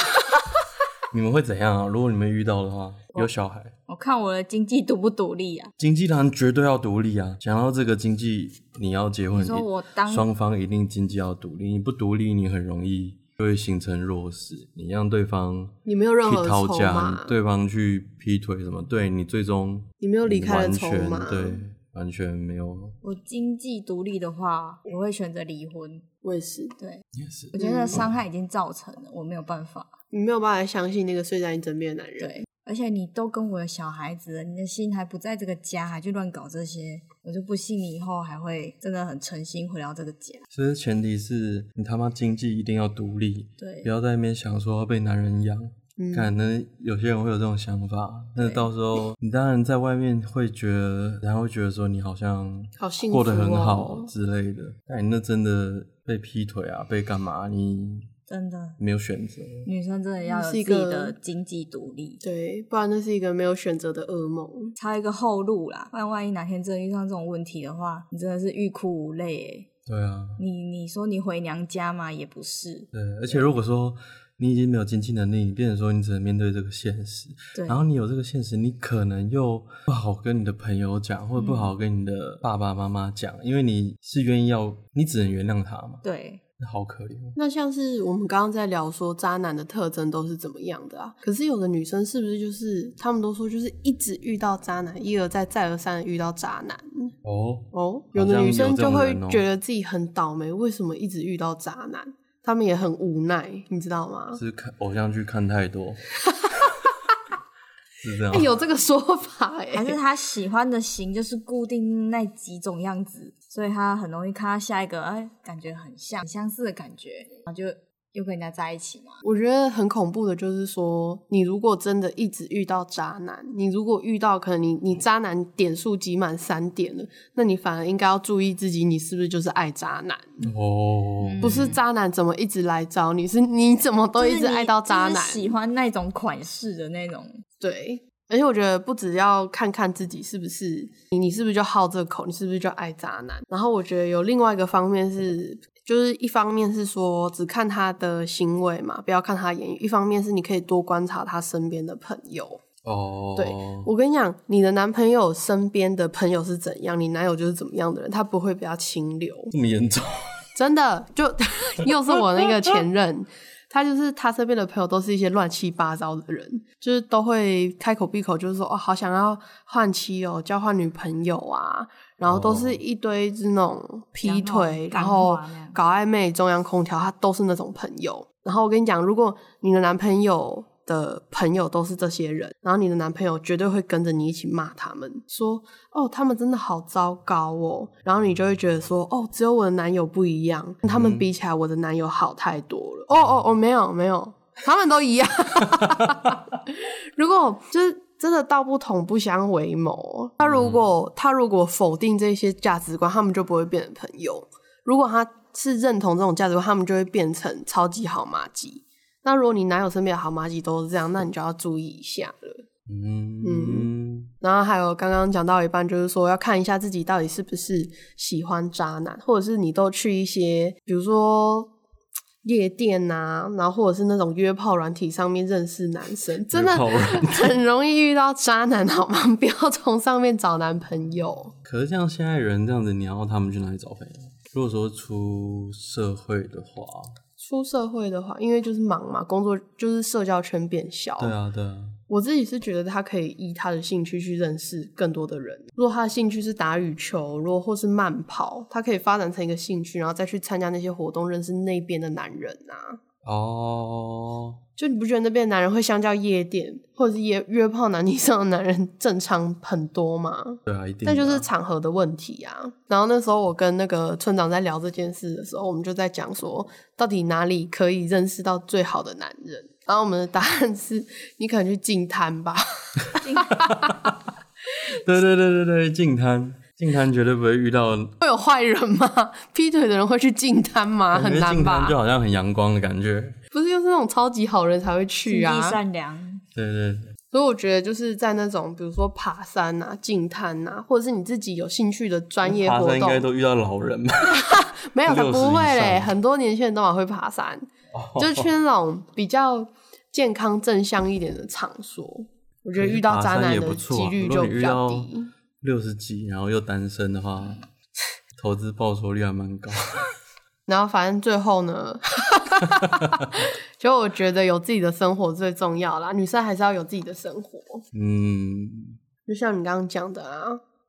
Speaker 2: 你们会怎样啊？如果你们遇到的话，有小孩，
Speaker 3: 我看我的经济独不独立啊？
Speaker 2: 经济当然绝对要独立啊。讲到这个经济，你要结婚，
Speaker 3: 你说我当
Speaker 2: 双方一定经济要独立，你不独立，你很容易就会形成弱势，你让对方
Speaker 1: 你没有任
Speaker 2: 去
Speaker 1: 何
Speaker 2: 讨
Speaker 1: 筹
Speaker 2: 价
Speaker 1: 码，，
Speaker 2: 对方去劈腿什么，对你最终
Speaker 1: 你没有离开
Speaker 2: 完
Speaker 1: 了筹
Speaker 2: 全
Speaker 1: 码。
Speaker 2: 对，完全没有，
Speaker 3: 我经济独立的话，我会选择离婚。
Speaker 1: 我也是，
Speaker 3: 对
Speaker 2: 也是
Speaker 3: 我觉
Speaker 1: 嗯
Speaker 3: 得伤害已经造成了，我没有办法。
Speaker 1: 你没有办法相信那个睡在你枕边的男人。
Speaker 3: 对，而且你都跟我有小孩子了，你的心还不在这个家，还去乱搞这些，我就不信你以后还会真的很诚心回到这个家。
Speaker 2: 所以前提是你他妈经济一定要独立，
Speaker 3: 对
Speaker 2: 不，要在那边想说要被男人养。
Speaker 1: 嗯
Speaker 2: 可能有些人会有这种想法，那
Speaker 3: 对
Speaker 2: 到时候你当然在外面会觉得，然后会觉得说你好像
Speaker 1: 好幸福哦
Speaker 2: 哎过得很好之类的，但你那真的被劈腿啊，被干嘛？你
Speaker 3: 真的，
Speaker 2: 没有选择。
Speaker 3: 女生真的要有
Speaker 1: 嗯是
Speaker 3: 自
Speaker 1: 一
Speaker 3: 己
Speaker 1: 个
Speaker 3: 的经济独立，
Speaker 1: 对，不然那是一个没有选择的噩梦。
Speaker 3: 才有一个后路啦。不然万一哪天真的遇上这种问题的话，你真的是欲哭无泪诶。
Speaker 2: 对啊，
Speaker 3: 你你说你回娘家嘛，也不是，
Speaker 2: 对。而且如果说你已经没有经济能力，你变成说你只能面对这个现实，
Speaker 3: 对
Speaker 2: 然后你有这个现实，你可能又不好跟你的朋友讲，或者不好跟你的爸爸妈妈讲，因为你是愿意要，你只能原谅他嘛。
Speaker 3: 对，
Speaker 2: 好可怜哦，
Speaker 1: 那像是我们刚刚在聊说渣男的特征都是怎么样的啊？可是有的女生是不是就是他们都说就是一直遇到渣男，一而再再而三的遇到渣男
Speaker 2: 哦，
Speaker 1: 哦，
Speaker 2: 像
Speaker 1: 有的女生就
Speaker 2: 有
Speaker 1: 会
Speaker 2: 这种人哦
Speaker 1: 觉得自己很倒霉，为什么一直遇到渣男？她们也很无奈，你知道吗？
Speaker 2: 是看偶像剧看太多，是这样
Speaker 1: 哎、。有这个说法哎、
Speaker 3: 还是他喜欢的型就是固定那几种样子，所以他很容易看到下一个，哎，感觉很像，很相似的感觉，然后就又跟人家在一起嘛。
Speaker 1: 我觉得很恐怖的，就是说，你如果真的一直遇到渣男，你如果遇到可能你
Speaker 3: 嗯
Speaker 1: 你渣男点数集满三点了，那你反而应该要注意自己，你是不是就是爱渣男？
Speaker 2: 哦，
Speaker 3: 嗯
Speaker 1: 不是渣男怎么一直来找你，是你怎么都一直爱到渣
Speaker 3: 就
Speaker 1: 男
Speaker 3: 是？你喜欢那种款式的那种，
Speaker 1: 对，而且我觉得不只要看看自己是不是你，你是不是就好这口，你是不是就爱渣男。然后我觉得有另外一个方面是，就是一方面是说只看他的行为嘛，不要看他言语；一方面是你可以多观察他身边的朋友。
Speaker 2: 哦，
Speaker 1: 对我跟你讲，你的男朋友身边的朋友是怎样，你男友就是怎么样的人，他不会比较清流。
Speaker 2: 这么严重，
Speaker 1: 真的，就又是我那个前任，他就是他身边的朋友都是一些乱七八糟的人，就是都会开口闭口就是说哦，好想要换妻哦，交换女朋友啊，然后都是一堆是那种劈腿，然
Speaker 3: 讲那种
Speaker 1: 后
Speaker 3: 干话那样
Speaker 1: 搞暧昧、中央空调，他都是那种朋友。然后我跟你讲，如果你的男朋友的朋友都是这些人，然后你的男朋友绝对会跟着你一起骂他们，说哦，他们真的好糟糕哦。然后你就会觉得说，哦，只有我的男友不一样，他
Speaker 3: 嗯
Speaker 1: 们比起来我的男友好太多了。哦哦哦，没有没有，他们都一样。如果就是真的道不同不相为谋，他如果、他如果否定这些价值观，他们就不会变成朋友。如果他是认同这种价值观，他们就会变成超级好妈鸡。那如果你男友身边的好妈鸡都是这样，那你就要注意一下了。
Speaker 2: 嗯，
Speaker 1: 然后还有刚刚讲到一半，就是说要看一下自己到底是不是喜欢渣男，或者是你都去一些，比如说夜店啊，然后或者是那种约炮软体上面认识男生，真的
Speaker 2: 约炮软
Speaker 1: (laughs) 很容易遇到渣男，好吗？ (laughs) 不要从上面找男朋友。
Speaker 2: 可是这样现在人这样子，你要他们去哪里找朋友？如果说出社会的话，
Speaker 1: 出社会的话，因为就是忙嘛，工作就是社交圈变小。
Speaker 2: 对啊，对啊，
Speaker 1: 我自己是觉得他可以依他的兴趣去认识更多的人。如果他的兴趣是打羽球，如果或是慢跑，他可以发展成一个兴趣，然后再去参加那些活动，认识那边的男人啊。
Speaker 2: 哦，
Speaker 1: 就你不觉得那边的男人会相较夜店或者是约约炮男女上的男人正常很多吗？
Speaker 2: 对啊，一定的
Speaker 1: 那
Speaker 2: 啊，
Speaker 1: 就是场合的问题啊。然后那时候我跟那个村长在聊这件事的时候，我们就在讲说，到底哪里可以认识到最好的男人？然后我们的答案是，你可能去进摊吧。
Speaker 2: 对对对对对，净滩，净滩绝对不会遇到，
Speaker 1: 会有坏人吗？ (laughs) 劈腿的人会去进摊吗？
Speaker 2: 感
Speaker 1: 很
Speaker 2: 觉
Speaker 1: 难
Speaker 2: 净滩
Speaker 1: 吧
Speaker 2: 就？好像很阳光的感觉，
Speaker 1: 不是，就是那种超级好人才会去
Speaker 3: 心地
Speaker 1: 啊。
Speaker 3: 善良，
Speaker 2: 对对对
Speaker 1: 所以我觉得就是在那种比如说爬山啊、进摊啊，或者是你自己有兴趣的专业
Speaker 2: 嗯爬
Speaker 1: 活
Speaker 2: 山应该
Speaker 1: 动，
Speaker 2: 都遇到老人吧？
Speaker 1: 没有才
Speaker 2: 60
Speaker 1: 不会
Speaker 2: 以
Speaker 1: 嘞。
Speaker 2: 上哦
Speaker 1: 很多年轻人都蛮会爬山，就是去那种比较健康正向一点的场所。我觉得遇到渣男的
Speaker 2: 啊
Speaker 1: 几率就比较
Speaker 2: 爬山也不错啊如果你
Speaker 1: 低
Speaker 2: 遇。六十几，然后又单身的话，投资报酬率还蛮高。
Speaker 1: 然后反正最后
Speaker 2: (laughs)
Speaker 1: 呢，就我觉得有自己的生活最重要啦。女生还是要有自己的生活，
Speaker 2: 嗯，
Speaker 1: 就像你刚刚讲的啊，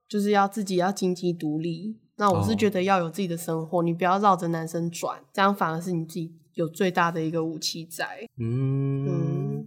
Speaker 1: 就是要自己要经济独立。那我是
Speaker 2: 哦
Speaker 1: 觉得要有自己的生活，你不要绕着男生转，这样反而是你自己有最大的一个武器
Speaker 2: (laughs)
Speaker 1: 在。
Speaker 2: 嗯
Speaker 1: 嗯，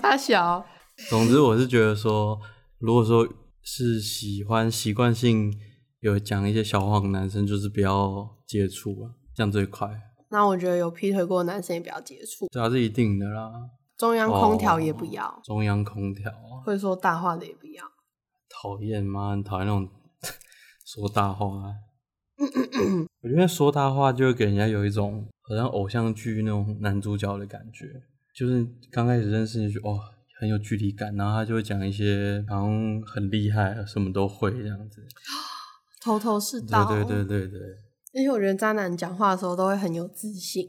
Speaker 1: 傻小，
Speaker 2: 总之我是觉得说，如果说是喜欢习惯性有讲一些小谎，男生就是不要接触啊，这样最快。
Speaker 1: 那我觉得有劈腿过的男生也不要接触，
Speaker 2: 对啊，是一定的啦。
Speaker 1: 中央空调也不要，
Speaker 2: 哦中央空调啊，
Speaker 1: 会说大话的也不要。
Speaker 2: (laughs)
Speaker 1: (laughs)
Speaker 2: 讨厌吗？很讨厌那种说大话啊、我觉得说大话就会给人家有一种好像偶像剧那种男主角的感觉，就是刚开始认识你就哦很有距离感，然后他就会讲一些好像很厉害，啊什么都会这样子。
Speaker 1: 头头是道。
Speaker 2: 对对对对对，
Speaker 1: 而且我觉得渣男讲话的时候都会很有自信，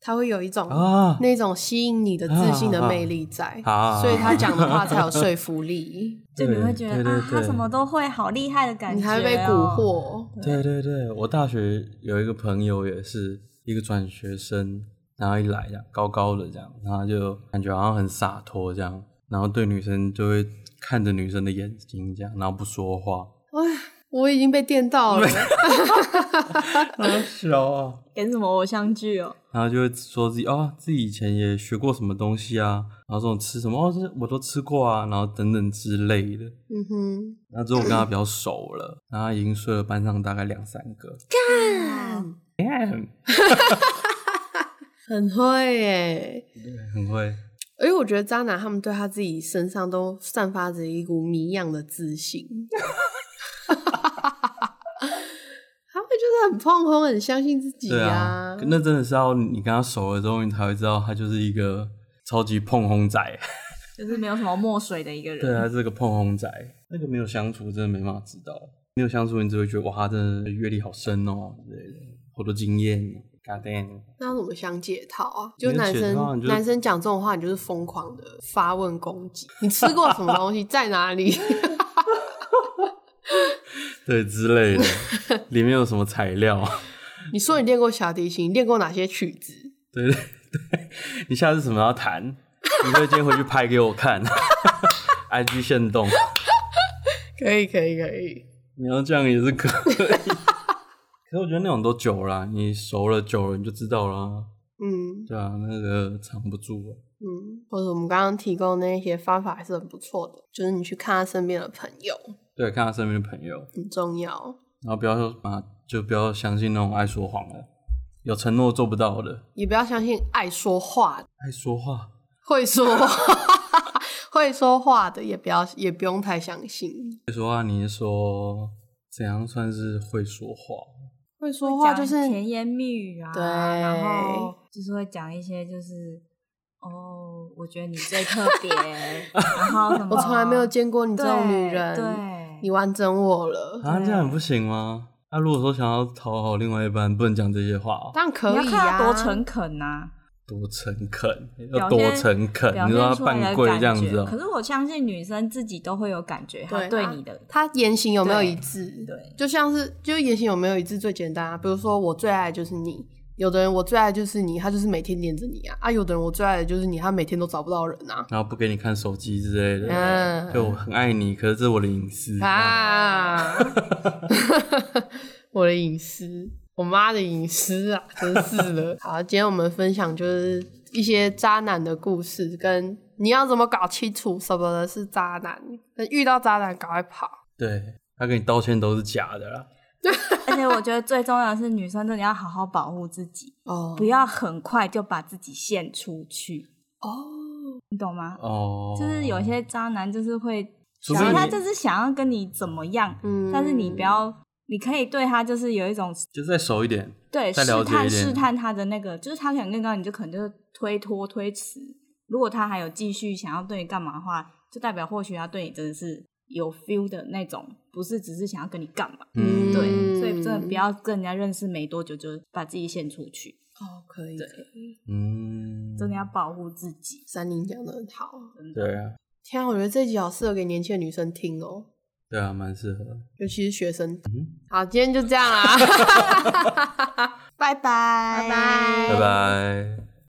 Speaker 1: 他会有一种、
Speaker 2: 啊
Speaker 1: 那种吸引你的自信的魅力在，
Speaker 2: 啊啊啊
Speaker 1: 所以他讲的话才有说服力，
Speaker 3: 就你会觉得
Speaker 2: 对对
Speaker 3: 啊，他
Speaker 2: 对
Speaker 3: 什么都会，好厉害的感
Speaker 1: 你
Speaker 3: 觉、哦，
Speaker 1: 才会被蛊。惑。
Speaker 2: 对对对，我大学有一个朋友也是一个转学生，然后一来这样高高的这样，然后就感觉好像很洒脱这样，然后对女生就会看着女生的眼睛这样，然后不说话，
Speaker 1: 我已经被电到了，
Speaker 2: (laughs) 好小啊。
Speaker 3: 演什么偶像剧哦？
Speaker 2: 然后就会说自己哦，自己以前也学过什么东西啊，然后这种吃什么哦，这我都吃过啊，然后等等之类的。
Speaker 1: 嗯哼，
Speaker 2: 那之后我跟他比较熟了，然后他已经睡了班上大概两三个。Damn，
Speaker 1: 很会耶。
Speaker 2: 很会，
Speaker 1: 而且我觉得渣男他们对他自己身上都散发着一股谜样的自信， (laughs) 他们就是很放空，很相信自己
Speaker 2: 对啊，那真的是要你跟他熟了之后，你才会知道他就是一个超级碰轰仔。
Speaker 3: 就是没有什么墨水的一个人。
Speaker 2: 对啊，他是个碰轰仔，那个没有相处真的没办法知道，没有相处你只会觉得哇，他真的阅历好深哦之类的，好多经验。God damn。
Speaker 1: 那要怎么想解套啊？就
Speaker 2: 没有
Speaker 1: 男
Speaker 2: 解
Speaker 1: 生
Speaker 2: 套啊你就
Speaker 1: 男生讲这种话，你就是疯狂的发问攻击。你吃过什么东西？在哪里？ (laughs)
Speaker 2: 对之类的，里面有什么材料？
Speaker 1: 你说你练过小提琴，你练过哪些曲子？
Speaker 2: 对对对，你下次什么要弹？你可以今天回去拍给我看，IG 限动，
Speaker 1: 可以，可以，可以。
Speaker 2: 你要这样也是可
Speaker 3: (laughs)
Speaker 2: 以。可是我觉得那种都久了啊，你熟了久了你就知道了啊。
Speaker 1: 嗯
Speaker 2: 对啊，那个藏不住啊。
Speaker 1: 嗯，或者我们刚刚提供的那些方法还是很不错的，就是你去看他身边的朋友
Speaker 2: 对，啊看他身边的朋友，
Speaker 1: 很重要，
Speaker 2: 然后不要说啊，就不要相信那种爱说谎的，有承诺做不到的，
Speaker 1: 也不要相信爱说话的、
Speaker 2: 爱说话。
Speaker 1: 会说 (laughs) 会说话的，也不要也不用太相信。
Speaker 2: 会说话，你是说怎样算是会说话？
Speaker 1: 会说
Speaker 3: 会
Speaker 1: 话就
Speaker 3: 讲
Speaker 1: 是
Speaker 3: 甜言蜜语啊，
Speaker 1: 对
Speaker 3: 然后就是会讲一些就是哦，我觉得你最特别，然后什么，
Speaker 1: (laughs) 我从来没有见过你这种女人，
Speaker 3: 对，
Speaker 1: 你完整我了。
Speaker 2: 啊，
Speaker 3: 对
Speaker 2: 这样很不行吗？那、如果说想要讨好另外一半，不能讲这些话、哦，
Speaker 1: 当然可
Speaker 3: 你要
Speaker 1: 以啊
Speaker 3: 看
Speaker 1: 呀、
Speaker 3: 他多诚恳呐、
Speaker 2: 多诚恳，要
Speaker 3: 表
Speaker 2: 多
Speaker 3: 现
Speaker 2: 诚恳，
Speaker 3: 表
Speaker 2: 你
Speaker 3: 现
Speaker 2: 说他
Speaker 3: 出来
Speaker 2: 扮
Speaker 3: 的
Speaker 2: 贵
Speaker 3: 感
Speaker 2: 这样
Speaker 3: 觉
Speaker 2: 子哦、
Speaker 3: 可是我相信女生自己都会有感觉，她
Speaker 1: 对
Speaker 3: 对
Speaker 1: 啊
Speaker 3: 你的
Speaker 1: 他言行有没有一致？
Speaker 3: 对
Speaker 1: 就像是就言行有没有一致最简单啊。比如说我最爱的就是你，有的人我最爱的就是你，他就是每天黏着你啊啊。有的人我最爱的就是你，他每天都找不到人啊
Speaker 2: 然后不给你看手机之类的，
Speaker 1: 嗯
Speaker 2: 就我很爱你，可是这是我的隐私。
Speaker 1: 啊！ (laughs) 我的隐私，我妈的隐私啊，真是的。好，今天我们分享就是一些渣男的故事，跟你要怎么搞清楚什么的是渣男，遇到渣男赶快跑。
Speaker 2: 对他给你道歉都是假的啦，
Speaker 3: 而且我觉得最重要的是，女生真的要好好保护自己，
Speaker 1: 哦
Speaker 3: 不要很快就把自己献出去，
Speaker 1: 哦，
Speaker 3: 你懂吗？
Speaker 2: 哦，
Speaker 3: 就是有些渣男就是会，
Speaker 2: 除
Speaker 3: 其
Speaker 2: 非
Speaker 3: 实
Speaker 2: 你
Speaker 3: 他就是想要跟你怎么样，
Speaker 1: 嗯
Speaker 3: 但是你不要，你可以对他就是有一种
Speaker 2: 就再熟一点，
Speaker 3: 对
Speaker 2: 再
Speaker 3: 试
Speaker 2: 了解一
Speaker 3: 探
Speaker 2: 点
Speaker 3: 试探他的那个，就是他想更高，你就可能就是推脱推辞。如果他还有继续想要对你干嘛的话，就代表或许他对你真的是有 feel 的那种，不是只是想要跟你干嘛。
Speaker 2: 嗯，
Speaker 3: 对，
Speaker 1: 嗯
Speaker 3: 所以真的不要跟人家认识没多久就把自己献出去，
Speaker 1: 哦，可以，
Speaker 3: 对
Speaker 1: 可以。
Speaker 2: 嗯，
Speaker 3: 真的要保护自己。
Speaker 1: 三林讲的很好，
Speaker 2: 对啊，
Speaker 1: 天啊，我觉得这集好适合给年轻的女生听哦、
Speaker 2: 对啊，蛮适合的。
Speaker 1: 尤其是学生。
Speaker 2: 嗯
Speaker 1: 好，啊今天就这样啦，拜拜，拜拜
Speaker 2: 拜拜。